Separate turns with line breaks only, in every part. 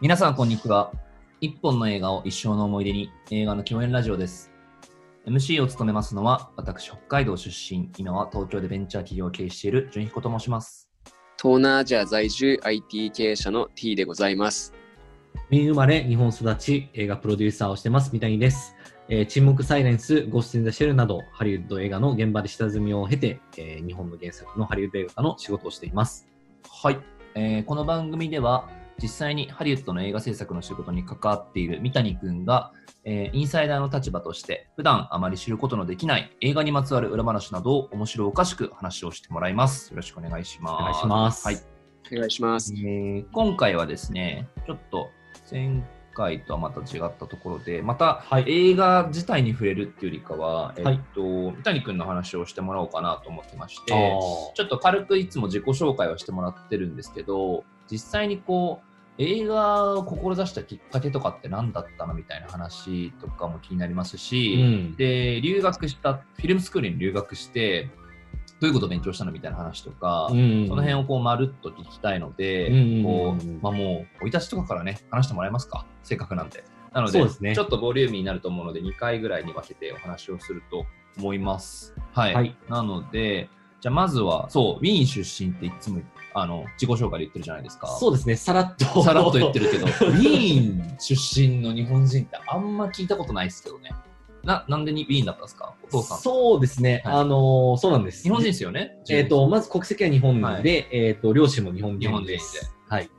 皆さん、こんにちは。一本の映画を一生の思い出に、映画の共演ラジオです。MC を務めますのは、私、北海道出身、今は東京でベンチャー企業を経営している純彦と申します。
東南アジア在住 IT 経営者の T でございます。
民生まれ、日本育ち、映画プロデューサーをしてます、三谷です。えー沈黙サイレンス、ゴースト・イン・ザ・シェルなど、ハリウッド映画の現場で下積みを経て、えー日本の原作のハリウッド映画化の仕事をしています。
はい、えーこの番組では実際にハリウッドの映画制作の仕事に関わっている三谷くんが、えーインサイダーの立場として普段あまり知ることのできない映画にまつわる裏話などを面白おかしく話をしてもらいます。よろしくお願いします。
お願いします
はい
お願いします。
えー今回はですね、ちょっと前回とはまた違ったところで、また
はい
映画自体に触れるっていうよりかは、
は
え
い
っと三谷くんの話をしてもらおうかなと思ってまして、
あー
ちょっと軽くいつも自己紹介をしてもらってるんですけど、実際にこう、映画を志したきっかけとかって何だったのみたいな話とかも気になります
う
し、
ん。
で、留学した、フィルムスクールに留学して、どういうことを勉強したのみたいな話とか、
うん
その辺をこうまるっと聞きたいので、
うん
こうまあ、もう、生い立ちとかからね、話してもらえますか、せっかくなんで。なので
そうですね
ちょっとボリューミーになると思うので、2回ぐらいに分けてお話をすると思います。はい。
はい
なので、じゃあまずは、そう、ウィーン出身っていつもあの自己紹介で言ってるじゃないですか。
そうですね、さらっと。
さらっと言ってる けど、ウィーン出身の日本人ってあんま聞いたことないですけどね。な、なんでにウィーンだったんですかお父さん。
そうですね、
はい
あのーそうなんです。
日本人ですよね。
えっ、と、まず国籍は日本で、
はい
えっ、と、両親も日本人です。
日本人
はい。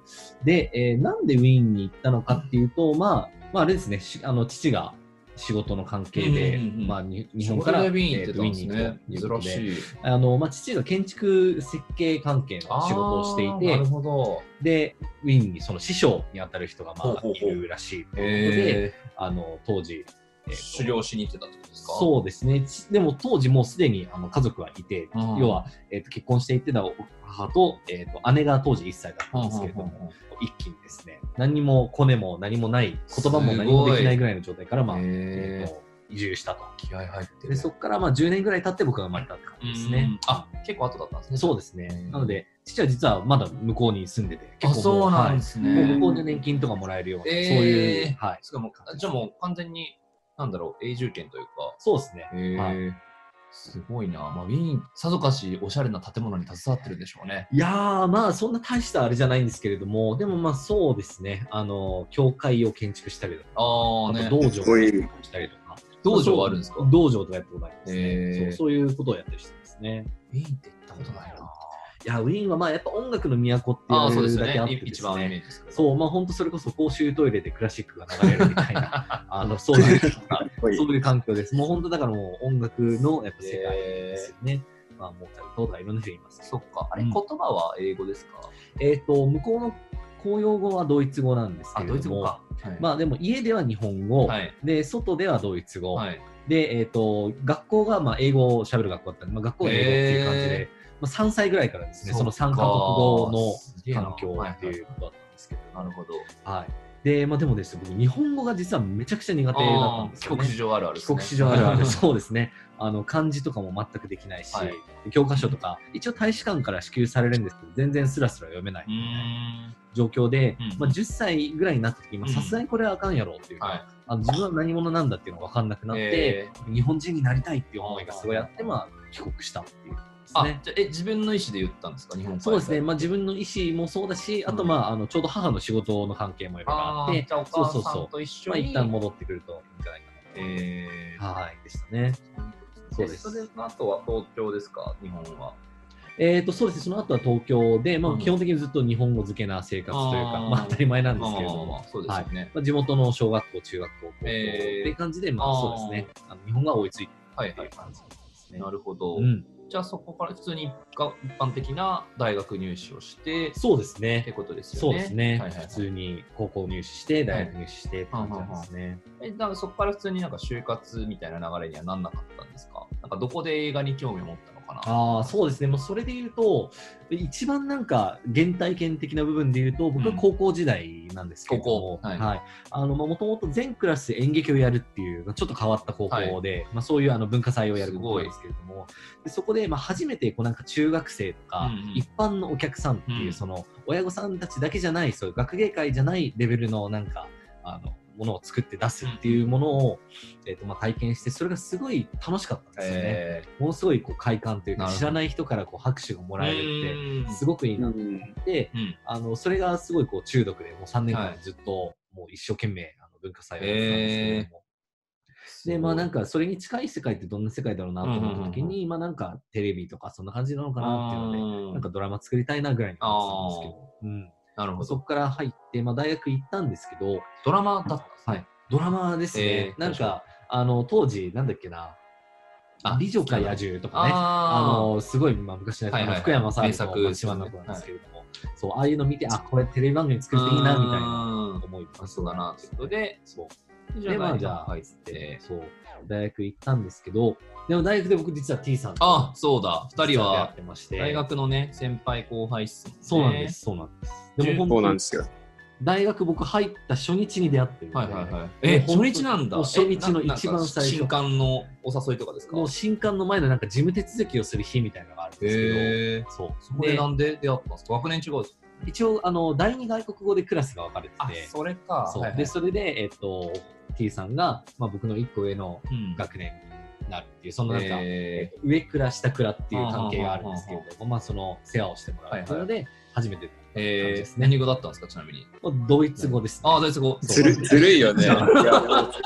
で、えーなんでウィーンに行ったのかっていうと、まあ、まあ、あれですね、しあの、父が仕事の関係で、
うんうんうん
まあ、に日
日
本
本
か、
かららウィーン
え
って言って
ーと
た
ウィ
ん
ーン
で
に
す
行
ね。
くということ
珍
で
しい。
あの、まあ、父が建築設計関係の仕事をしてい
あーな
て
る、ほど。
で、ウィーンにその師匠にあたる人が、
ほう
まあ
ほう、
い
ほう
るらしいということで、
え
あの、当時、えーと
修行しに行ってたってことですか
そうですね。ちでも当時もうすでにあの家族はいて、
うん
要は、えーと結婚していってた母と,、えーと姉が当時1歳だったんですけれども、一気にですね、何にもコネも何もない、言葉も何もできないぐらいの状態から、まあ、え
え
ーと移住したと。
気合入って
で、そこからまあ10年ぐらい経って僕が生まれたって感じですね。
あ、結構後だったんですね。
そう
で
ですね。なので、父は実はまだ向こうに住んでて、。
あ、そうなんですす
はいもう
ね。
向こうで年金とかもらえるような、
えー
そういう、はい。
しかも、あじゃあもう完全に、なんだろう、永住権というか。
そうですね。
へえ。すごいな。まあ、ウィーン、さぞかしおしゃれな建物に携わってるんでしょうね。
いやー、まあそんな大したあれじゃないんですけれども、でもまあそうですね、あの、教会を建築したりとか、
ああ、
あ
ね。
と道場を
ごい
建築したりとか、
道場はあるんですかウ
道場とかやったことあります
へ
ね
ー
そう。そういうことをやったりしてますね。
ィーンって行ったことないな。
いや、ウィーンはまあやっぱ音楽の都って言
あ
わ
あ、
れ
そうで
る
すよ
だけあって
ね。
で
一
す
番のイメ
ね。
ージですけど。
そう、まあ本当それこそ公衆トイレでクラシックが流れるみたい な、あの、そういう、そういう環境です。もう本当だからもう音楽のやっぱ世界
へ
ですよね。まあ、モーツァルトとかいろんな人いま
ー
すけど
そっか。あれ、
うん
言葉は英語ですか
えっ、と、向こうの公用語はドイツ語なんですけ
あ、
れど
ド
も、
イツ語か。はい
まあでも家では日本語、
はい。
で、外ではドイツ語、
はい。
で、えっ、と、学校がまあ英語を喋る学校だったんで、まあ、学校は英語っていう感じ
へ
で、まあ、3歳ぐらいからですね、その3カ国語の環境っていうことだったんですけど、
なるほど。
はい。で、まあでもですね、僕、日本語が実はめちゃくちゃ苦手だったんです
帰
よ、ね
国。子女あるある、
帰国子女あるある、
そ
そうですね。あの、漢字とかも全くできないし、
はい
教科書とか、一応大使館から支給されるんですけど、全然スラスラ読めない。
うーん。
状況で、
うん
まあ、10歳ぐらいになった時まあ
うん
さすがにこれはあかんやろっていうか、
はい
あの自分は何者なんだっていうのが分かんなくなって、
えー
日本人になりたいっていう思いがすごいあって、まあ、帰国したっていうこと
あ
ですね。
じゃあえ自分の意思で言ったんですか、日本
そうですね、
ね。
まあ、自分の意思もそうだし、あと、
うん
まあ、あのちょうど母の仕事の関係もいろいろあ
あ
っ
ー
て、
じゃあお
そうそ
母
う
さ
そ
んと一緒
う、まあ、
に。
一旦戻ってくるといいんじゃないか
えー
な。はい、でしたね。そうです
それの後は東京ですか、日本は。
えー、とそうですね、その後は東京で、ま
う
あ、
ん
基本的にずっと日本語漬けな生活というか、
あー
まあ、当たり前なんで
まあ
す
ま
け
あ
れ
ま
ど
あま
も
ま、あ、そうですよね。
まあ、地元の小学校、中学校、高校って
えー
いう感じで、ま
あー
あそうですね、あの日本が追いついて
はい、
って
はい
いう感じですね。
なるほど。
うん、
じゃあそこから普通にが一般的な大学入試をして、っ
そうです
て
ね。
ことですよね。
そうですね、
はいはいはい
普通に高校入試して、大学入試してって感じなんですね。
えだからそこから普通になんか就活みたいな流れにはなんなかったんですかなんかどこで映画に興味を持ったのかな。
ああそうですね、もうそれで言うと、一番なんか原体験的な部分で言うと、僕は高校時代なんですけど
高校
も、
はい
もともと全クラス演劇をやるっていう、ちょっと変わった高校で、まあ、そういうあの文化祭をやる
す
高
ご
校
い
なんですけれども、でそこでまあ初めてこうなんか中学生とか、
うんうん
一般のお客さんっていう、
うん
その親御さんたちだけじゃない、そういう学芸会じゃないレベルのなんか、あのものを作って出すっていうものを、えっとまあ体験して、それがすごい楽しかったんですよね。
え
ものすごいこう快感という
な
か
るほど
知らない人からこう拍手がもらえるってすごくいいなと
ん
思って、
うん
あのそれがすごいこう中毒でもう3年
は
間
い
ずっともう一生懸命あの文化祭をやってたんですけれども、でまあなんかそれに近い世界ってどんな世界だろうなと思った時
うんうんう
に、まあなんかテレビとかそんな感じなのかなっていうので、
の
なんかドラマ作りたいなぐらいに思ってたんですけど、
なる
う
ほど。
ん、そこから入って、まあ、大学行ったんですけど
ドラマだった。
はい。ドラマですね、
えー
なんかあの当時なんだっけな
あ
美女か野獣とかねあ
あ
のすごい、まあ、昔のやつ、
はいはいはい
福山雅治
名
と
作
松島の子なんですけれども、そうああいうの見てあこれテレビ番組作るといいなみたいな
な。
思いま
そうだな、ということで、
そう
で
でまあじゃあ
入
入
っ
で
て。
そう大学行ったんですけどでも大学で僕実は T さんと
あ、そうだ、二人
実出会
は
ってまして
大学のね、先輩後輩っすもんね。
そうなんですそうなんですでも
そう
本
な
当
んで
に
すよ。
大学僕入った初日に出会ってるんで、
はいはいはい。え、初日なんだ。
もう初日の
えな
一番最初
なんか新刊のお誘いとかですか
もう新刊の前のなんか事務手続きをする日みたいなのがあるんですけど、
へえ。
そう
そこでなんで出会ったんですか学年違うですか
で一応あの第二外国語でクラスが分かれてて
それか
そう
はいはい
でそれで、えっと T さんが、まあ、僕の1個上の
うん
学年になるっていうそのなんか、え
え
っと上倉下倉っていう関係があるんですけれども、まあ、その世話をしてもらうっていうので初めて
ー
感じ
え
で
ー
すね
何語だったんですかちなみに。
まあドイツ語です、ね
ああ、ドイツ語。
そ
ず
う
るずるいよね。いやもう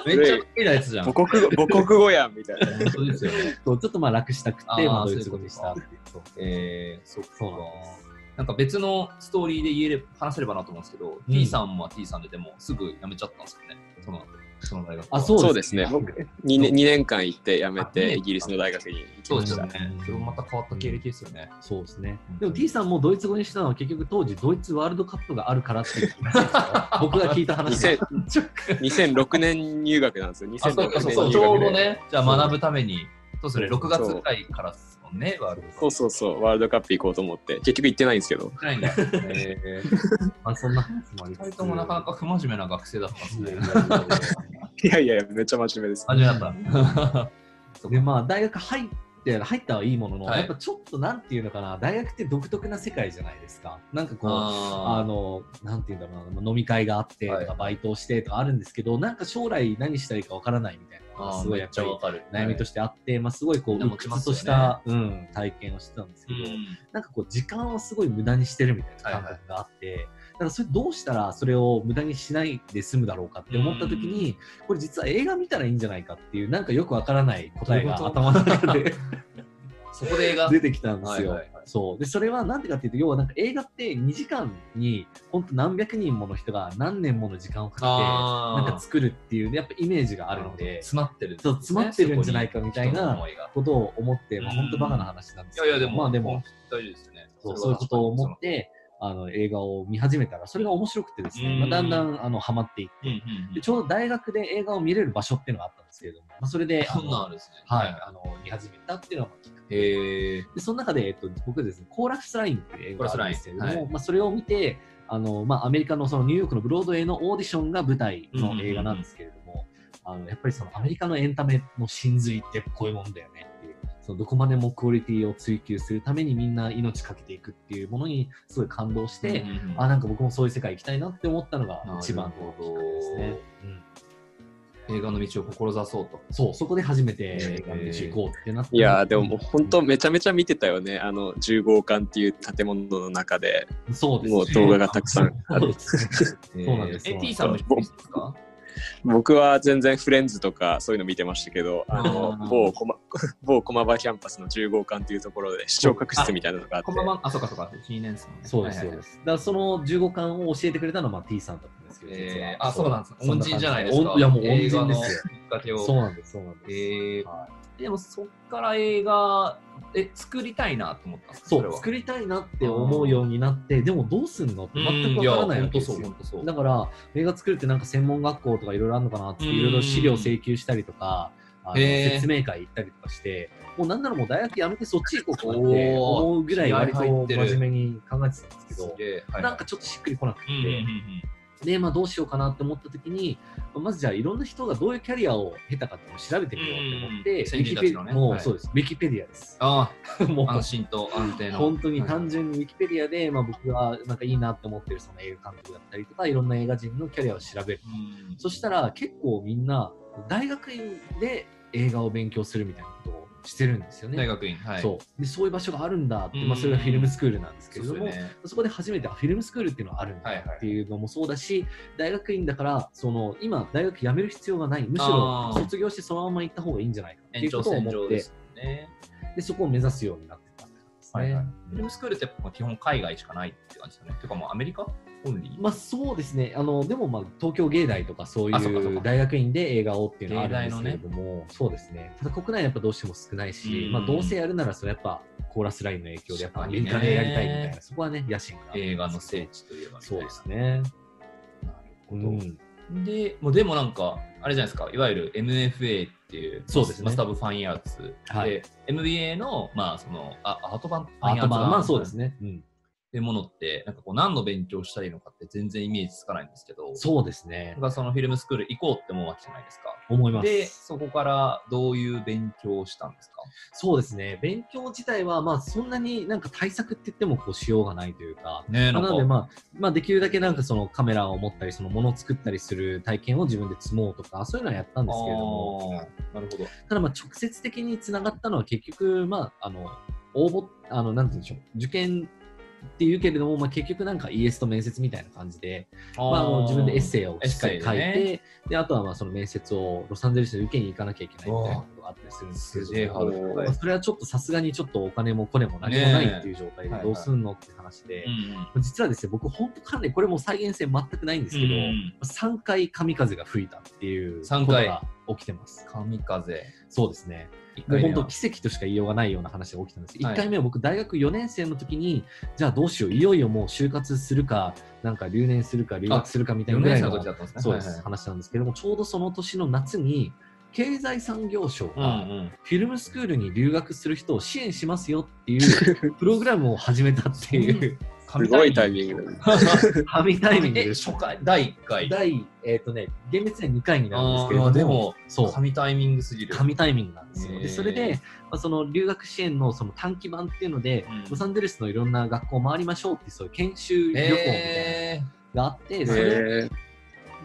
めっちゃ綺麗なやつじゃん。
母国語母国語やんみたいな。
本当ですよね。
そうちょっとまあ楽したく
あ
て
ー
まあ、ドイツ語にしたっていうそう
えー、そうか
そうなんです
なんか別のストーリーで言えれば話せればなと思うんですけど、T さんは T さんででもすぐ辞めちゃったんですよね。そのその大学は
あそう
そうですね。僕2年二年間行って辞め
あ二
て
年
イギリスの大学に行き
そう
ま
で
し
すよ
た。
ね。それもまた変わった経歴ですよね。
そうですね
うん。
でも T さんもドイツ語にしたのは結局当時ドイツワールドカップがあるからっていう話 ですよ僕が聞いた話で
2000 2006年入学なんですよ。
あ、そう
2006
か、
年
そうそう、
入学
ちょうど
で。
ね、じゃあ学ぶために、そうですね、
そう
6月ぐらいからですもんね、ワールドカップ。
そうそうそう、ワールドカップ行こうと思って、結局行ってないんですけど、
ないんだ。えー、
まあそんな話もあ
二
りつ
人
つ
ともなかなか不真面目な学生だったんです
いや
ね
いや。い
いやいやいや、めっちゃ真面目です。
真面目だっ
でまあ大学入って入ったはいいものの、
はい
やっぱちょっとなんていうのかな大学って独特な世界じゃないですかなんか
た。
こうあのなんていうんだろうな飲み会があってと
は
か
い
バイトをしてとかあるんですけど、なんか将来何したいかわからないみたいなのがすごい
め
や
っ
っ
ち
ぱ
ゃ
り
わかる。
悩みと
し
してあって、まあ、すごいこう
で
鬱
も来ま
屈
す
と
よね
した、うん、体験をしてたんですけど、なんかこう時間をすごい無駄にしてるみたいな感覚があって、だからそれどうしたらそれを無駄にしないで済むだろうかって思った時に、これ実は映画見たらいいんじゃないかっていうなんかよくわからない答えが
どういうこと
頭の中で
そこで映画。
出てきたんですよ。
はいはいはい
そうでそれはなんでかっていうと要はなんか映画って2時間に本当何百人もの人が何年もの時間をかけてなんか
あ
作るっていうやっぱイメージがあるの
なるほど
で。
詰まってるんですね、
そう詰まってるんじゃないかみたいな
そこに人の思いが
ことを思って、まあ、本当バカな話なんで
い
す
や
け
い
ど、
や、でも、
まあでも、
大丈夫ですよね。
そうそういうことを思ってあの映画を見始めたらそれが面白くてですね、まあ、だんだんあのハマっていっ
うんうんうん
てちょうど大学で映画を見れる場所っていうのがあったんですけれども、まあ、それであ
そんなんある
の
んですね。
はい、あの見始めたっていうのがきっかけで
へえ。
でその中で、えっと、僕ですね「コーラスライン」っていう映画があるんですけれど
コーラス
も、
ライ
まあ、それを見てあの、まあ、アメリカのそのニューヨークのブロードウェイのオーディションが舞台の映画なんですけれども、あのやっぱりそのアメリカのエンタメの真髄ってこういうもんだよねっていうそのどこまでもクオリティを追求するためにみんな命かけていくっていうものにすごい感動して、
うんうんうん
あなんか僕もそういう世界行きたいなって思ったのが一番
なる
の
ほ
き
ど
っかけですね。うん
映画の道を志そうと。
そうそこで初め て映画の道行こうってなって
いやーでももう本当めちゃめちゃ見てたよね、あの10号館っていう建物の中で、
そうですね
もう動画がたくさんあ
そう
る。
ですねそうなんです
え
そ
ー、
うなんです
T さんも知ってますか
僕は全然フレンズとかそういうの見てましたけど、あの
あー
某駒 某駒場キャンパスの10号館っていうところで視聴覚室みたいなのがあって
こんばんは。あ、そうかそうか。1、2年ですもんね。
そうです、そう
はいはいはい
です。だからその15巻を教えてくれたのはまあ T さんだったんですけど、実は
えー、あ、そうなんです。
そ
恩
な感
人じゃないですか。
おんいや、もう恩
映画
人
の
で
き
すよ。
っかけを。
そうなんです、そうなんです。
えー
はい
でも、そっから映画、え、作りたいなと思ったんですか
そ
れ
う
は
作りたいなって思うようになって、でもどうすんのって全くわからないわけです
うんいや
よ
本。当そう、本当そう。
だから映画作るってなんか専門学校とかいろいろあるのかなって
うん
いろいろ資料請求したりとかあの
へー
説明会行ったりとかして、もうなんならもう大学辞めてそっち行こうかな
お
って
ー
思うぐらい割と
気合入ってる
真面目に考えてたんですけど、
げえ。はい
なんかちょっとしっくりこなくて、
うんうんうん
で、まあ、どうしようかなって思った時に、まあまずじゃあいろんな人がどういうキャリアを経たかっていうのを調べてみようと思って、
うん先人たちのね
ウィキペも
は
う
い
そうです、ウィキペディ アです。
あ
も
あ、安心
う
と安定の。
本当に
はい
単純にウィキペディアで、まあ、僕がなんかいいなって思ってるその映画監督だったりとかいろんな映画人のキャリアを調べる
うん
そしたら結構みんな大学院で映画を勉強するみたいなことをしてるんですよね。
大学院、はい。
そうでそういう場所があるんだって、
うん
まあ、それがフィルムスクールなんですけ
そう
れ
です
ど
よ
も、
ね。
そこで初めてあフィルムスクールっていうのはあるんだ
はいはい
っていうのもそうだし、大学院だからその今大学辞める必要がないむしろ
あー
卒業してそのまま行った方がいいんじゃないかってい
延
うこ
長
とを
線
思って
上ですね。
でそこを目指すようになってたんですね。
はいはいフィルムスクールってもう基本海外しかないって感じですよね。てかもうアメリカオンリー。
まあそうですね、あのでもまあ東京芸大とかそうい
あそうかそう
う
か
大学院で映画をっていうのはあるんですけれ
芸
ども、そうですね、ただ国内はやっぱどうしても少ないし
う、ん
まあ、どうせやるならそれやっぱコーラスラインの影響でやっぱアメリカでやりたいみたいな、そこはね、野心があるんですけど
映画の聖地といえばみたい
そう
な
ですね。
なるほ
う
ど。
ん、
で、もうでもなんか、あれじゃないですか、いわゆる MFA っていう、
そうですね
マスター・オブ・ファインアーツで、
はい
MBA の、まあ、そのあアート版、ファ
あ
インアー
と
ツ
まあ
版
まあそうですね、うん、
ってものって、なんかこう、何の勉強したらいいのかって全然イメージつかないんですけど、
そうですね
僕、はそのフィルムスクール行こうって思うわけじゃないですか。
思います。
で、そこからどういう勉強をしたんですか
そうですね、勉強自体はまあそんなになんか対策って言ってもこうしようがないというか、
ねえ、な
まあ
ん
な
か
ので、まあ、まあ、できるだけなんかそのカメラを持ったり、そのものを作ったりする体験を自分で積もうとか、そういうのはやったんですけれども、
あーなるほど。
ただまあ直接的につながったのは結局、まあ、あの、応募、あの、なんて言うんでしょう、受験っていうけれども、まあ結局なんかイエスと面接みたいな感じで、まあ、あの自分でエッセイをしっかり書いて、
エッセイで
であとはまあその面接をロサンゼルスで受けに行かなきゃいけないみたいなことがあったりするんですけれども
すげえハードル高い
まあそれはちょっとさすがにちょっとお金もコネも何もないっていう状態で
ねえ
どうすんのって話で、
うん
実はですね僕本当関連これもう再現性全くないんです
う
けど、
ん。
3回神風が吹いたっていうこと
三回
が起きてます
神風。
そうですね
一
もう
回目
本
は
当奇跡としか言いようがないような話が起きたんです、
はい
1回目は僕大学4年生の時にじゃあどうしよういよいよもう就活するかなんか留年するか留学するかみたいな
4
ぐら
年
い
生の
の
時だったんですね。
そうです、
はいはい
話なんですけどもちょうどその年の夏に経済産業省
う
が
んうん、
フィルムスクールに留学する人を支援しますよって いうプログラムを始めたっていう
すごいタイミングだね。
神タイミング
え
です
初回、第1回。
第、えっ、とね、厳密には2回になるんで
あ
すけれども、
ーでも、
そう、
神タイミングすぎる。
神タイミングなんですよ。
へー
で、それで、まあ、その留学支援のその短期版っていうので、
うん
ロサンゼルスのいろんな学校を回りましょうっていう、そういう研修旅行みたい
え
なのがあって、それ
えー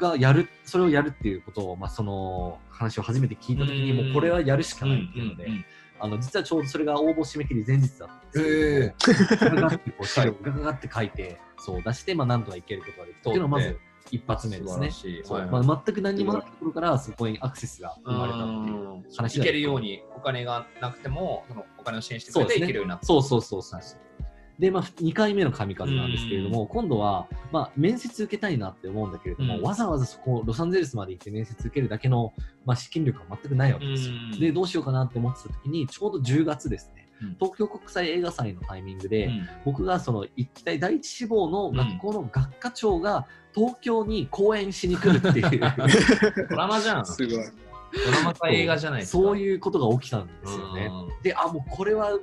がやる、それをやるっていうことを、まあ、その話を初めて聞いたときに、
うん
もうこれはやるしか
ーうんう
ないっていうの
ん
で、
うん
あの実はちょうどそれが応募締め切り前日だったんですけど、ガガガってこう資料をガガガって書いて、そう出して、まあ、なんとかいけることができたっていうのがまず一発目ですね。
素晴らしい
そう
はい
まあ、全く何もないところからそこにアクセスが生まれたっていう。話
い
だ
けるようにお金がなくてもそのお金を支援してくれ
そうです
てい
ね
けるようになった。
そうそうそうそう。で、まあ、2回目の神風なんですけれども、今度は、まあ、面接受けたいなって思うんだけれども、
うん
わざわざそこ、ロサンゼルスまで行って面接受けるだけの、まあ、資金力が全くないわけですよ。
うん
で、どうしようかなって思ってた時に、ちょうど10月ですね、
うん
東京国際映画祭のタイミングで、
うん
僕がその行きたい第一志望の学校の学科長が東京に講演しに来るっていう、
ドラマじゃん。
すごい。
ドラマか映画じゃないですか。
そう
う
いうことが起きたんですよね。
ん
で、あ、もうこれはもう、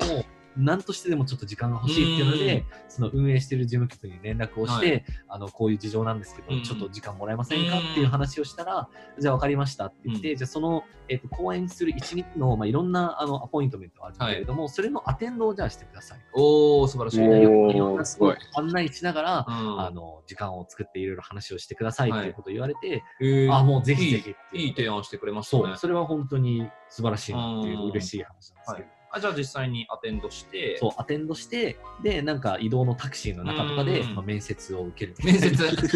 何としてでもちょっと時間が欲しいっていうの
う
で、その運営してる事務局に連絡をして、
は
あの、こういう事情なんですけど、
うん
ちょっと時間もらえませんかっていう話をしたら、じゃあ分かりましたって言って、
う
じゃあその、えっ、と、講演する一日の、まあ、いろんな、あの、アポイントメントがあるんだけれども、それのアテンドをじゃあしてください。
おー、素晴らしい。
おー
うん
な
すごい
案内しながら、あ
あ
の、時間を作っていろいろ話をしてくださいっていうことを言われて、あ、
あ
もうぜひぜひっていう
いい提案してくれました
そ
ね
う、。それは本当に素晴らしいなっていううん嬉しい話なんですけど。
はいあじゃあ実際にアテンドして、
そう、アテンドして、で、なんか移動のタクシーの中とかで、
うん
まあ、面接を受ける。
面接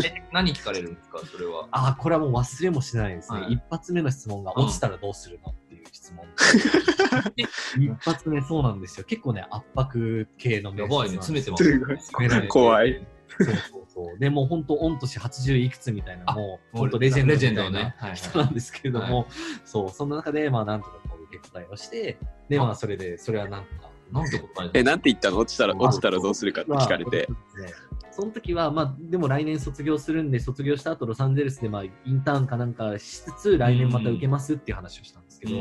え何聞かれるんですかそれは。
ああ、これはもう忘れもしないですね。
はい
一発目の質問が、
うん
落ちたらどうするのっていう質 問。一発目、そうなんですよ。結構ね、圧迫系の
や
面接
ばいね、
なん
詰
で
め
す
て
よ
ますね。
詰められて
怖い。
そうそうそう。でもう本当、御年80いくつみたいな、
あ
もう
もう
本当レジェンドみたい
レジェンドねは
な
いはい
人なんですけれども、そう、そんな中で、まあ、なんとかこう受け答えをして、で、まあ、それで、それはなんとか。
なんて答え
え、
た
なんて言ったの落ちたら、落ちたらどうするかって聞かれて。
まあ。その時は、まあ、でも来年卒業するんで、卒業した後ロサンゼルスで、まあ、インターンかなんかしつつ、来年また受けますっていう話をしたんですけど、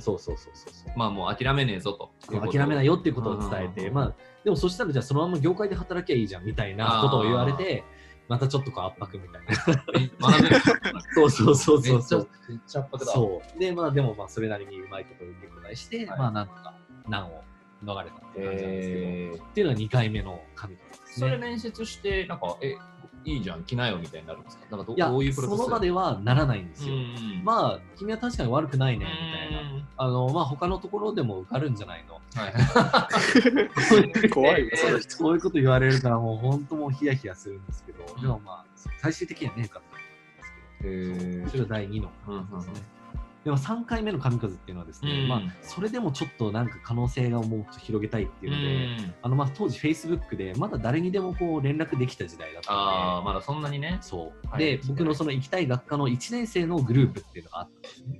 そうそうそうそうそう。
まあもう諦めねえぞと。
諦めないよっていうことを伝えて、
うん
まあ、でもそしたらじゃあそのまま業界で働きゃいいじゃんみたいなことを言われて、またちょっとこう圧迫みたいな。
え 学べる。
そうそうそう
め
そ
っ
う
ち
そ
ゃ
う。、
めっちゃ圧迫だ。
そう。で、まあでもまあそれなりにうまいこと受け答えして、
はい
まあなんとか難を逃れたっていう感じなんですけど、
えー
っていうのは2回目の神とです
それ
ね。
面接して、なんか、え、いいじゃん、着なよみたいになるんですかなんかど
いや、
どういうプ
そ
ロセス
の場ではならないんですよ。
うん
まあ、君は確かに悪くないね、みたいな。あの、まあ、他のところでも受かるんじゃないの。
たいな。はい
怖いよ、その人。
そういうこと言われるから、もう本当もうヒヤヒヤするんですけど、
うん
でもまあ、最終的にはね、受かったんですけど。
へー
それが第2の神風ですね。でも3回目の神風っていうのはですね、
うん
まあ、それでもちょっとなんか可能性がもうちょっと広げたいっていうので、
うん
あのまあ当時 Facebook でまだ誰にでもこう連絡できた時代だった
ああ、
の
まだそんなにね
で、。そう、
はい
で僕のその行きたい学科の1年生のグループっていうのがあっ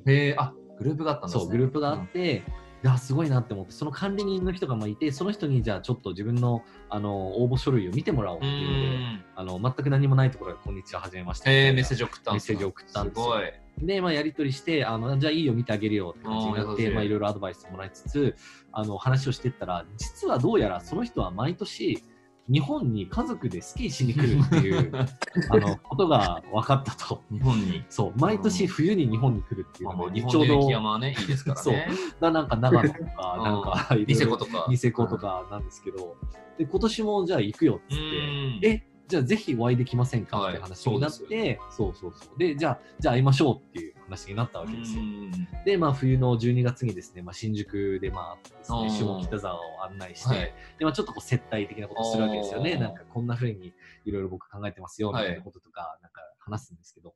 へえ、あグループがあったんで
た
す
そ
ね。
うグループがあって、あすごいなって思ってその管理人の人がまあいてその人にじゃあちょっと自分のあの応募書類を見てもらおうっ
う
て
ん。
いうので、あの全く何もないところで「こんにちははじめまして」みたい
へえ、
な
メッセージ送ったんですか
メッセージ送ったんですよ
すごい。
で、まあ、やり取りしてあの、じゃあいいよ、見てあげるよって感じにな
あ
っ
ー優
て、
しい
まあ、いろいろアドバイスもらいつつあの、話をしてったら、実はどうやらその人は毎年、日本に家族でスキーしに来るっていう あのことが分かったと。
日本に。
そう毎年冬に日本に来るっていう
まあまあ
ので、
日
ちょ
本
う
の雪
ど
山はね、いいですからね。
なんか長野と か、
うん
なんか、
ニセコとか。
ニセコとかなんですけど、で今年もじゃあ行くよっつ
う
っ
ん。
て、えじゃあぜひお会いできませんか
はい
って話になっ
そう
て、そうそうそうでじゃあじゃあ会いましょうっていう話になったわ
う
け
ん
ですよ、でまあ冬の12月にですね、まあ、新宿でまあです
う
ね
ん
下北沢を案内して、
はい。
でまあ、ちょっとこう接待的なことをするわけですよね
うん
なんかこんな風にいろいろ僕考えてますよみ
はい
たいなこととかなんか話すんですけど、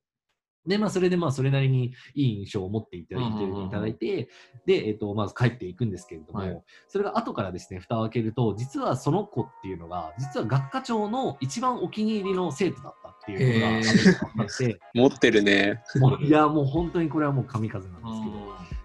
でまあそれでまあそれなりにいい印象を持っていただいて,、
うんうんうん
いただいてで、えっとまず帰っていくんですけれども、
はい
それが後からですね蓋を開けると実はその子っていうのが実は学科長の一番お気に入りの生徒だったっていうのが
へー
後から分かって。
持ってるね。
も ういやもう本当にこれはもう神風なん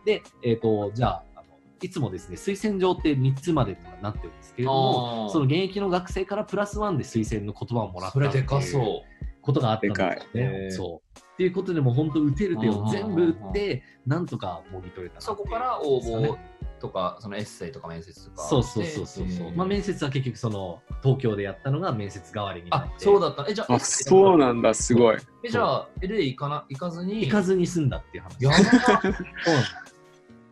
ですけど、で、えっとじゃああのいつもですね推薦状って3つまでとかなってるんですけれども
あー
その現役の学生からプラスワンで推薦の言葉をもらった
それでか
っていう
そ
ことがあったんですよ
でかいへ
ね。
ー
そうっていうことでもう本当打てる手を全部打ってなんとかもぎ取れ
う。
たな
そこから応募とか、そのエッセイとか面接とか。
そうそうそうそうそう、まあ、面接は結局その東京でやったのが面接代わりになって
あ、そうだった。え、じゃあ、
あ、そう
う
なんだ、すごい。
え、じゃあ、LA 行かな、行かずに。
行かずに済んだっていう話
やばっ
そうなん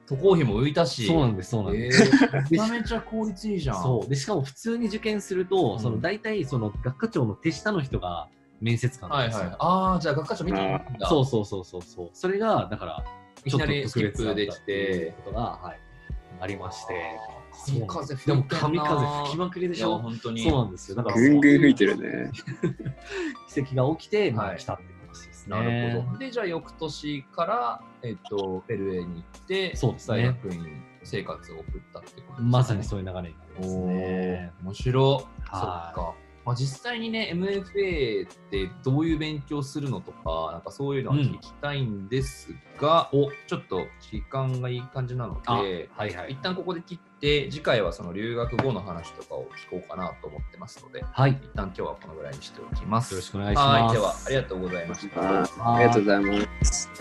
渡航費も浮いたし。
そうなんですそうなんです、
えーめちゃめちゃ効率いいじゃん。
そうでしかも普通に受験すると、
うん
その大体その学科長の手下の人が面接官
は
なん
い
ですよ、
はい。ああ、じゃあ学科長見てるんだ。
そうそうそうそうそうそれがだから
いきなりスキッ
だ
プ
った
で
っ
き
ていう
て。
ことが、はい、ありまして
神風吹いて
で
んな
も神風吹きまくりで
い
し
や、
ょ
本当に。
そうなんですよだから
ぐんぐん吹いてるね。
奇跡が起きて、ま
は
あ、
い
来たっていう話ですね、
なるほど。で、じゃあ、翌年から、えっと、LA に行って、
そうですね
大学院生活を送ったってことですね
まさにそういう流れになります
お
ね
ー面白い。そっ
はい
か。まあ、実際にね、MFA ってどういう勉強するのとか、なんかそういうのは聞きたいんですが、おちょっと時間がいい感じなの
あ
で、
はいは
一
い
旦ここで切って、次回はその留学後の話とかを聞こうかなと思ってますので、
はいよ
一旦今日はこのぐらいにしておきます。
ろしくお願いします
はい、ではありがとうございました。
あありがとうございます。